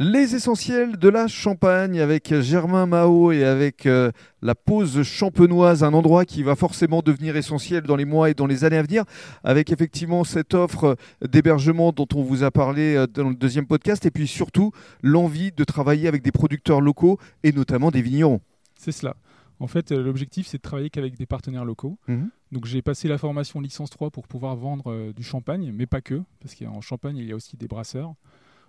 Les essentiels de la Champagne avec Germain Mao et avec euh, la pause champenoise, un endroit qui va forcément devenir essentiel dans les mois et dans les années à venir, avec effectivement cette offre d'hébergement dont on vous a parlé euh, dans le deuxième podcast, et puis surtout l'envie de travailler avec des producteurs locaux et notamment des vignerons. C'est cela. En fait, euh, l'objectif, c'est de travailler qu'avec des partenaires locaux. Mhm. Donc, j'ai passé la formation licence 3 pour pouvoir vendre euh, du champagne, mais pas que, parce qu'en Champagne, il y a aussi des brasseurs.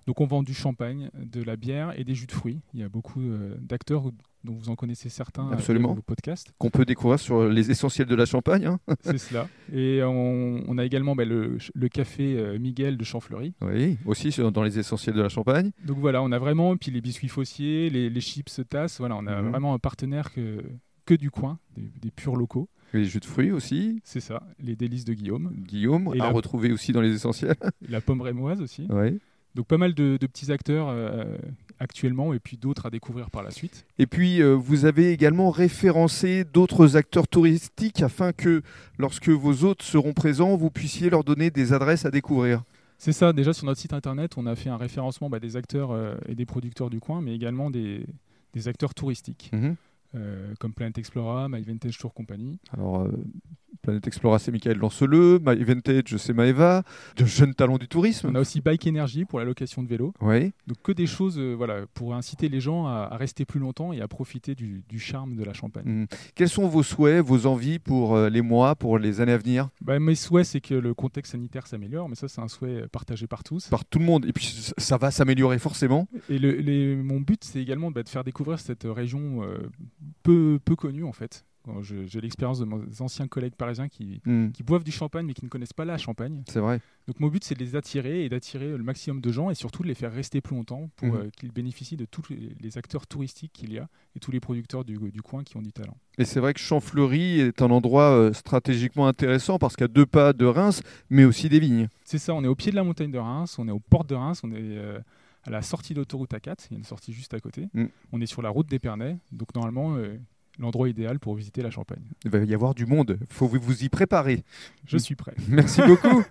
Donc, on vend du champagne, de la bière et des jus de fruits. Il y a beaucoup euh, d'acteurs dont vous en connaissez certains euh, Absolument. via vos podcasts. Qu'on peut découvrir sur les essentiels de la Champagne. hein. C'est cela. Et on, on a également bah, le, le café euh, Miguel de Champfleury. Oui, aussi sur- dans les essentiels de la Champagne. Donc voilà, on a vraiment, puis les biscuits faussiers, les, les chips tasses, voilà, on a Mhm. vraiment un partenaire que, que du coin, des, des purs locaux, Les jus de fruits aussi. c'est ça, les délices de Guillaume, Guillaume, Et à la- retrouver aussi dans les essentiels. la pomme rémoise aussi. Oui. Donc pas mal de, de petits acteurs euh, actuellement et puis d'autres à découvrir par la suite. Et puis, euh, vous avez également référencé d'autres acteurs touristiques afin que, lorsque vos hôtes seront présents, vous puissiez leur donner des adresses à découvrir. C'est ça, déjà sur notre site internet, on a fait un référencement bah, des acteurs euh, et des producteurs du coin, mais également des, des acteurs touristiques, Mhm. euh, comme Planet Explora, My Vintage Tour Company. Alors, euh, Planète Explora, c'est Michael Lanceleux. My Vintage, c'est Maeva. De jeunes talents du tourisme. On a aussi Bike Energy pour la location de vélo. Oui. Donc que des choses euh, voilà, pour inciter les gens à, à rester plus longtemps et à profiter du, du charme de la Champagne. Mhm. Quels sont vos souhaits, vos envies pour euh, les mois, pour les années à venir Bah, mes souhaits, c'est que le contexte sanitaire s'améliore, mais ça c'est un souhait euh, partagé par tous. Par tout le monde. Et puis, c- ça va s'améliorer forcément. Et le- les- mon but, c'est également bah, de faire découvrir cette région euh, peu, peu connue en fait. Quand je- J'ai l'expérience de mes anciens collègues parisiens qui, Mhm. qui boivent du champagne mais qui ne connaissent pas la Champagne. C'est vrai. Donc mon but, c'est de les attirer et d'attirer le maximum de gens et surtout de les faire rester plus longtemps pour Mhm. euh, qu'ils bénéficient de tous les, les acteurs touristiques qu'il y a et tous les producteurs du- du coin qui ont du talent. Et c'est vrai que Champfleury est un endroit euh, stratégiquement intéressant parce qu'à deux pas de Reims, mais aussi des vignes. C'est ça, on est au pied de la montagne de Reims, on est aux portes de Reims, on est euh, à la sortie d'autoroute A4, il y a une sortie juste à côté. Mm. On est sur la route d'Épernay, donc normalement euh, l'endroit idéal pour visiter la Champagne. Il va y avoir du monde. Faut vous- vous y préparer. Je Mm. suis prêt. Merci beaucoup.